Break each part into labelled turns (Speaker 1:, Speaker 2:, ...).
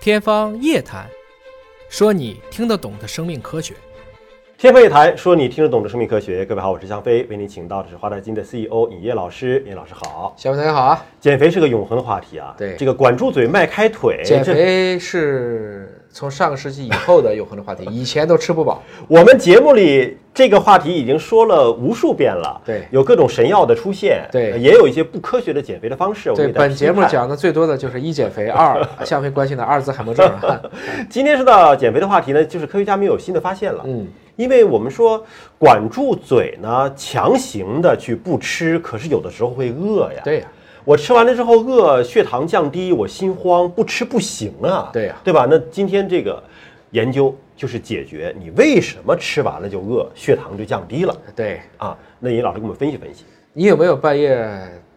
Speaker 1: 天方夜谭，说你听得懂的生命科学。
Speaker 2: 天飞台说你听得懂的生命科学，各位好，我是向飞，为您请到的是华大基因的 CEO 尹烨老师，尹老师好。
Speaker 3: 小朋友大家好啊！
Speaker 2: 减肥是个永恒的话题啊，
Speaker 3: 对
Speaker 2: 这个管住嘴迈开腿，
Speaker 3: 减
Speaker 2: 哎这
Speaker 3: 肥是从上个世纪以后的永恒的话 题，以前都吃不饱。
Speaker 2: 我们节目里这个话题已经说了无数遍了，
Speaker 3: 对
Speaker 2: 有各种神药的出现，
Speaker 3: 对
Speaker 2: 呃也有一些不科学的减肥的方式。我们
Speaker 3: 对，
Speaker 2: 给大家
Speaker 3: 本节目
Speaker 2: 批判，
Speaker 3: 讲的最多的就是一减肥， 二向飞关心的阿尔兹海默症啊。
Speaker 2: 今天说到减肥的话题呢，就是科学家们有新的发现了，
Speaker 3: 嗯，
Speaker 2: 因为我们说管住嘴呢，强行的去不吃，可是有的时候会饿呀，
Speaker 3: 对呀、
Speaker 2: 我吃完了之后饿，血糖降低，我心慌，不吃不行啊。
Speaker 3: 对呀
Speaker 2: 对吧？那今天这个研究就是解决你为什么吃完了就饿，血糖就降低了
Speaker 3: 对。
Speaker 2: 啊。那尹老师给我们分析分析，
Speaker 3: 你有没有半夜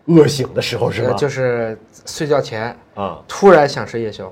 Speaker 2: 饿醒的时候是
Speaker 3: 呃
Speaker 2: 吧？
Speaker 3: 就是睡觉前
Speaker 2: 啊，
Speaker 3: 突然想吃夜宵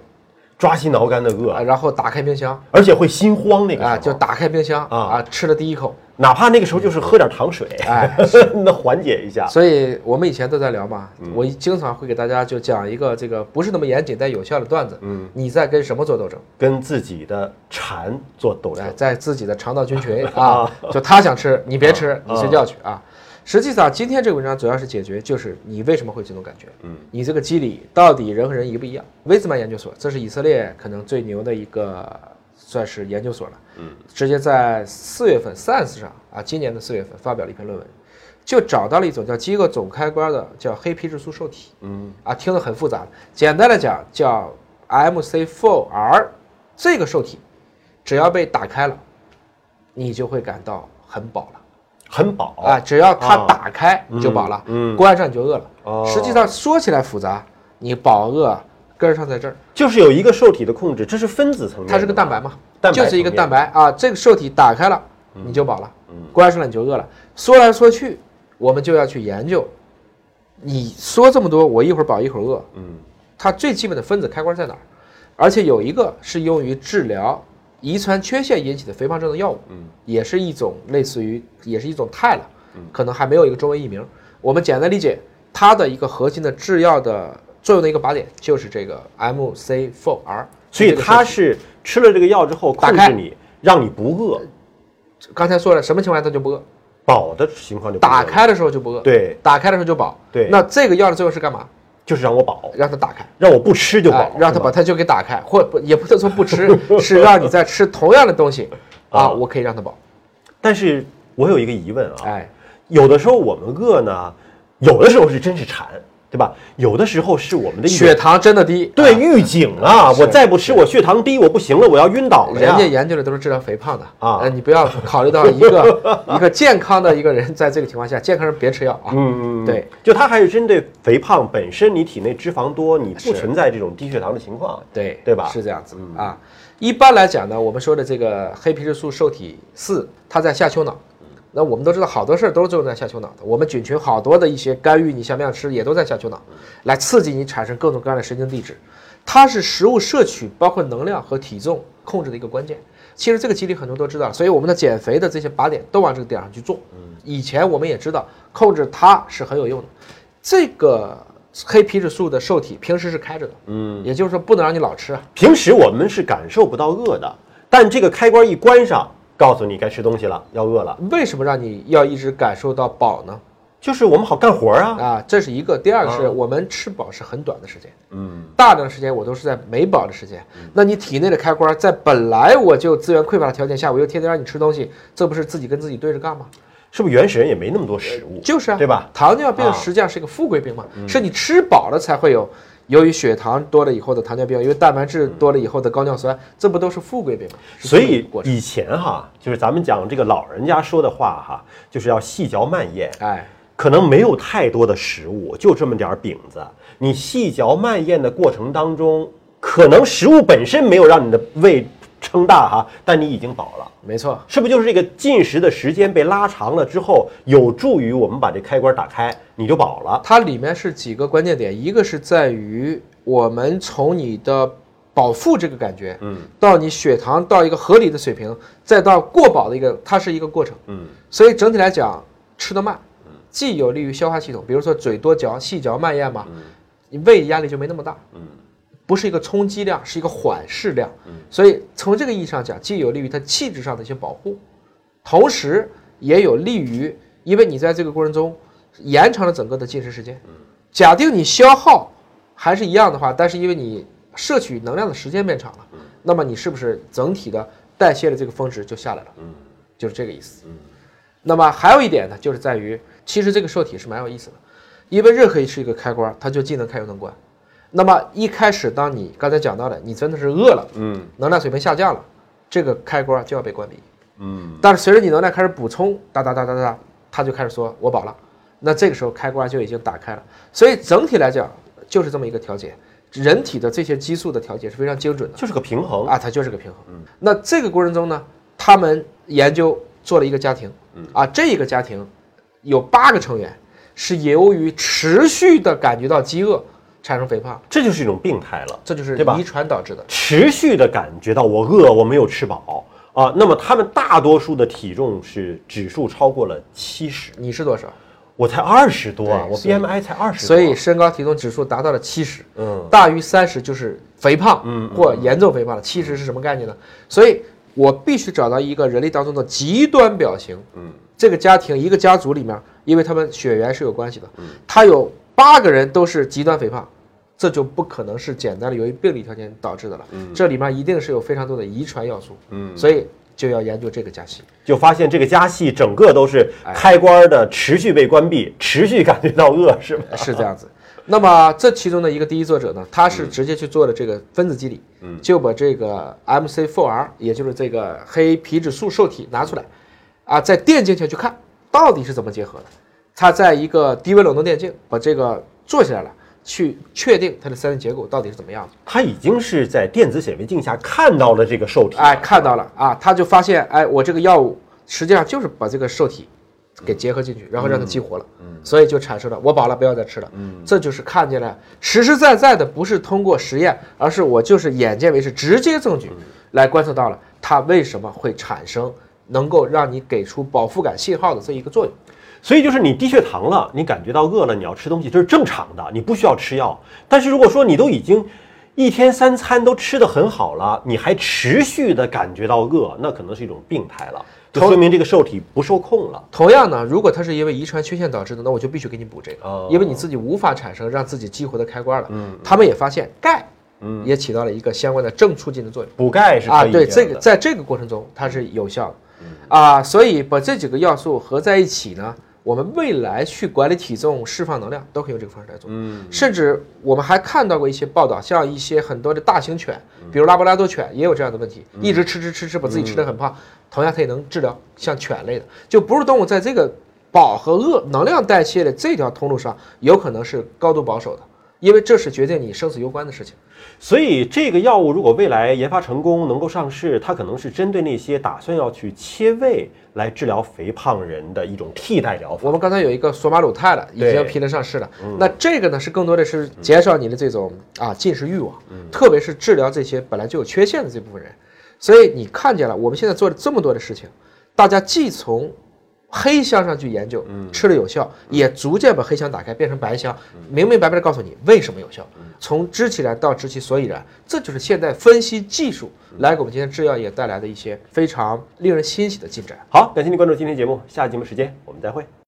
Speaker 2: 抓心挠肝的饿，
Speaker 3: 啊，然后打开冰箱啊
Speaker 2: 而且会心慌那个时候
Speaker 3: 啊，就打开冰箱
Speaker 2: 啊
Speaker 3: 啊，吃了第一口。
Speaker 2: 哪怕那个时候就是喝点糖水，
Speaker 3: 哎，
Speaker 2: 那缓解一下。
Speaker 3: 所以我们以前都在聊嘛，我经常会给大家就讲一个这个不是那么严谨但有效的段子。
Speaker 2: 嗯，
Speaker 3: 你在跟什么做斗争？
Speaker 2: 跟自己的馋做斗争
Speaker 3: 哎，，在自己的肠道菌 群
Speaker 2: 啊
Speaker 3: 啊，就他想吃，你别吃，
Speaker 2: 啊
Speaker 3: 你睡觉去啊。实际上，今天这个文章主要是解决就是你为什么会有这种感觉，
Speaker 2: 嗯，
Speaker 3: 你这个机理到底人和人一不一样？威兹曼研究所，这是以色列可能最牛的一个算是研究所了，
Speaker 2: 嗯，
Speaker 3: 直接在四月份 Science 上啊，今年的四月份发表了一篇论文，就找到了一种叫肌肉总开关的叫黑皮质素受体，
Speaker 2: 嗯
Speaker 3: 啊，听着很复杂。简单的讲，叫 MC4R 这个受体，只要被打开了，你就会感到很饱了
Speaker 2: 很饱
Speaker 3: 啊！只要它
Speaker 2: 啊
Speaker 3: 打开你就饱了，
Speaker 2: 嗯嗯
Speaker 3: 关上你就饿了。
Speaker 2: 哦
Speaker 3: 实际上说起来复杂，你饱饿根儿上在这儿，
Speaker 2: 就是有一个受体的控制，这是分子层面的，
Speaker 3: 它是个蛋白嘛，
Speaker 2: 蛋白
Speaker 3: 就是一个蛋白啊。这个受体打开了你就饱了，
Speaker 2: 嗯
Speaker 3: 关上了你就饿了。说来说去，我们就要去研究。你说这么多，我一会儿饱一会儿饿，
Speaker 2: 嗯
Speaker 3: 它最基本的分子开关在哪儿？而且有一个是用于治疗遗传缺陷引起的肥胖症的药物，
Speaker 2: 嗯
Speaker 3: 也是一种类似于，也是一种肽了
Speaker 2: 嗯，
Speaker 3: 可能还没有一个中文译名。我们简单理解，它的一个核心的制药的作用的一个靶点就是这个 MC4R，
Speaker 2: 所以它是吃了这个药之后控制你，让你不饿，
Speaker 3: 刚才说了，什么情况下它就不饿？
Speaker 2: 饱的情况就不饿
Speaker 3: 打
Speaker 2: 了，
Speaker 3: 开的时候就不饿，，
Speaker 2: 对，
Speaker 3: 打开的时候就饱。
Speaker 2: 对
Speaker 3: 那这个药的作用是干嘛？
Speaker 2: 就是让我饱，
Speaker 3: 让它打开。
Speaker 2: 让我不吃就
Speaker 3: 啊
Speaker 2: 饱，
Speaker 3: 让他
Speaker 2: 是吧
Speaker 3: 把它就给打开，或不也不是说不吃，是让你在吃同样的东 西
Speaker 2: 啊
Speaker 3: 啊，我可以让它饱。
Speaker 2: 但是我有一个疑问啊，
Speaker 3: 哎，
Speaker 2: 有的时候我们饿呢，有的时候是真是馋，对吧？有的时候是我们的一种
Speaker 3: 血糖真的低，
Speaker 2: 哎对
Speaker 3: 啊
Speaker 2: 预警啊，
Speaker 3: 是
Speaker 2: 我再不吃我血糖低，我不行了，我要晕倒了
Speaker 3: 人家
Speaker 2: 呀。
Speaker 3: 研究的都是治疗肥胖的
Speaker 2: 啊
Speaker 3: 呃你不要考虑到一个 一个健康的一个人在这个情况下，健康人别吃药啊。
Speaker 2: 嗯，
Speaker 3: 对，
Speaker 2: 就它还是针对肥胖本身，你体内脂肪多，你不
Speaker 3: 是
Speaker 2: 存在这种低血糖的情况。
Speaker 3: 对
Speaker 2: 对吧
Speaker 3: 是这样子
Speaker 2: 嗯
Speaker 3: 啊。一般来讲呢，我们说的这个黑皮质素受体四，它在下丘脑。
Speaker 2: 嗯
Speaker 3: 那我们都知道，好多事儿都是作用在下丘脑的。我们菌群好多的一些干预你想不想吃，也都在下丘脑，
Speaker 2: 嗯
Speaker 3: 来刺激你产生各种各样的神经递质。它是食物摄取，包括能量和体重控制的一个关键。其实这个机理很多都知道，所以我们的减肥的这些靶点都往这个点上去做。
Speaker 2: 嗯
Speaker 3: 以前我们也知道，控制它是很有用的。这个黑皮质素的受体平时是开着的，
Speaker 2: 嗯，
Speaker 3: 也就是说不能让你老吃啊。
Speaker 2: 平时我们是感受不到饿的，但这个开关一关上，告诉你该吃东西了，要饿了。
Speaker 3: 为什么让你要一直感受到饱呢？
Speaker 2: 就是我们好干活啊。
Speaker 3: 啊，这是一个。第二个是
Speaker 2: 啊
Speaker 3: 我们吃饱是很短的时间，
Speaker 2: 嗯，
Speaker 3: 大量的时间我都是在没饱的时间。那你体内的开关在本来我就资源匮乏的条件下，我又天天让你吃东西，这不是自己跟自己对着干吗？
Speaker 2: 是不是原始人也没那么多食物？
Speaker 3: 就是啊，
Speaker 2: 对吧？
Speaker 3: 糖尿病
Speaker 2: 啊
Speaker 3: 实际上是一个富贵病嘛，是你吃饱了才会有。由于血糖多了以后的糖尿病，因为蛋白质多了以后的高尿酸，这不都是富贵病吗？是
Speaker 2: 嗯所
Speaker 3: 这么一
Speaker 2: 以
Speaker 3: 个过程，
Speaker 2: 以前哈，就是咱们讲这个老人家说的话哈，就是要细嚼慢咽。
Speaker 3: 哎，
Speaker 2: 可能没有太多的食物，就这么点儿饼子。你细嚼慢咽的过程当中，可能食物本身没有让你的胃撑大哈，但你已经饱了。
Speaker 3: 没错，
Speaker 2: 是不是就是这个进食的时间被拉长了之后，有助于我们把这开关打开，你就饱了？
Speaker 3: 它里面是几个关键点，一个是在于我们从你的饱腹这个感觉，
Speaker 2: 嗯，
Speaker 3: 到你血糖到一个合理的水平，再到过饱的一个，它是一个过程。
Speaker 2: 嗯
Speaker 3: 所以整体来讲，吃得慢，既有利于消化系统，比如说嘴多嚼、细嚼慢咽嘛，你胃压力就没那么大，
Speaker 2: 嗯，
Speaker 3: 不是一个冲击量，是一个缓释量。所以从这个意义上讲，既有利于它气质上的一些保护，同时也有利于，因为你在这个过程中延长了整个的进食时间。假定你消耗还是一样的话，但是因为你摄取能量的时间变长了，那么你是不是整体的代谢的这个峰值就下来了？
Speaker 2: 嗯，
Speaker 3: 就是这个意思
Speaker 2: 嗯。
Speaker 3: 那么还有一点呢，就是在于，其实这个受体是蛮有意思的，因为任何是一个开关，它就既能开又能关。那么一开始，当你刚才讲到的，你真的是饿了，
Speaker 2: 嗯
Speaker 3: 能量水平下降了，这个开关就要被关闭。
Speaker 2: 嗯
Speaker 3: 但是随着你能量开始补充，哒哒哒哒哒，它就开始说“我饱了”，那这个时候开关就已经打开了。所以整体来讲就是这么一个调节，人体的这些激素的调节是非常精准的
Speaker 2: 就是个平衡。
Speaker 3: 啊，它就是个平衡。那这个过程中呢，他们研究做了一个家庭，
Speaker 2: 嗯
Speaker 3: 啊，这一个家庭有八个成员是由于持续的感觉到饥饿产生肥胖，
Speaker 2: 这就是一种病态了，
Speaker 3: 这就是
Speaker 2: 对吧
Speaker 3: 遗传导致的。
Speaker 2: 持续的感觉到我饿，我没有吃饱啊。那么他们大多数的体重是指数超过了七十，
Speaker 3: 你是多少？
Speaker 2: 我才二十多啊，
Speaker 3: 对
Speaker 2: 我
Speaker 3: 所以
Speaker 2: BMI 才二十，
Speaker 3: 所以身高体重指数达到了七十，
Speaker 2: 嗯，
Speaker 3: 大于三十就是肥胖，
Speaker 2: 嗯嗯
Speaker 3: 或严重肥胖了。七十是什么概念呢？所以我必须找到一个人类当中的极端表型，
Speaker 2: 嗯，
Speaker 3: 这个家庭一个家族里面，因为他们血缘是有关系的，
Speaker 2: 嗯
Speaker 3: 他有八个人都是极端肥胖。这就不可能是简单的由于病理条件导致的了，这里面一定是有非常多的遗传要素，
Speaker 2: 嗯
Speaker 3: 所以就要研究这个家系。
Speaker 2: 就发现这个家系整个都是开关的持续被关闭，持续感觉到饿，是吧？
Speaker 3: 是这样子。那么这其中的一个第一作者呢，他是直接去做了这个分子机理，嗯，就把这个 MC4R，也就是这个黑皮质素受体拿出来，啊，在电镜下去看到底是怎么结合的。他在一个低温冷冻电镜把这个做起来了，去确定它的三 D 结构到底是怎么样的。
Speaker 2: 他已经是在电子显微镜下看到了这个受体，
Speaker 3: 哎，看到了啊，他就发现，哎，我这个药物实际上就是把这个受体给结合进去，然后让它激活了，所以就产生了我饱了，不要再吃了，这就是看见了实实在在的，不是通过实验，而是我就是眼见为实，直接证据来观测到了它为什么会产生能够让你给出饱腹感信号的这一个作用。
Speaker 2: 所以就是你低血糖了，你感觉到饿了，你要吃东西，这是正常的，你不需要吃药。但是如果说你都已经一天三餐都吃得很好了，你还持续的感觉到饿，那可能是一种病态了，就
Speaker 3: 头
Speaker 2: 说明这个受体不受控了。
Speaker 3: 同样呢，如果它是因为遗传缺陷导致的，那我就必须给你补这个，
Speaker 2: 哦
Speaker 3: 因为你自己无法产生让自己激活的开关了。他们也发现钙，也起到了一个相关的正促进的作用。
Speaker 2: 补钙是
Speaker 3: 啊，
Speaker 2: 可以
Speaker 3: 对
Speaker 2: 样
Speaker 3: 这个，
Speaker 2: 的
Speaker 3: 在这个过程中它是有效的，啊，所以把这几个要素合在一起呢，我们未来去管理体重、释放能量都可以用这个方式来做。嗯，甚至我们还看到过一些报道，像一些很多的大型犬，比如拉布拉多犬也有这样的问
Speaker 2: 嗯
Speaker 3: 题，一直吃吃吃吃，把自己吃得很胖，同样它也能治疗像犬类的，就哺乳动物在这个饱和饿能量代谢的这条通路上，有可能是高度保守的。因为这是决定你生死攸关的事情。
Speaker 2: 所以这个药物如果未来研发成功，能够上市，它可能是针对那些打算要去切胃来治疗肥胖人的一种替代疗法。
Speaker 3: 我们刚才有一个索马鲁肽了，已
Speaker 2: 对嗯
Speaker 3: 经批量上市了。那这个呢，是更多的是减少你的这种啊进食欲望，
Speaker 2: 嗯
Speaker 3: 特别是治疗这些本来就有缺陷的这部分人。所以你看见了，我们现在做了这么多的事情，大家既从黑箱上去研究，
Speaker 2: 嗯
Speaker 3: 吃了有效，也逐渐把黑箱打开，变成白箱，明明白白的告诉你为什么有效，从知其然到知其所以然，这就是现代分析技术来给我们今天制药业带来的一些非常令人欣喜的进展。
Speaker 2: 好，感谢您关注今天节目，下期节目时间我们再会。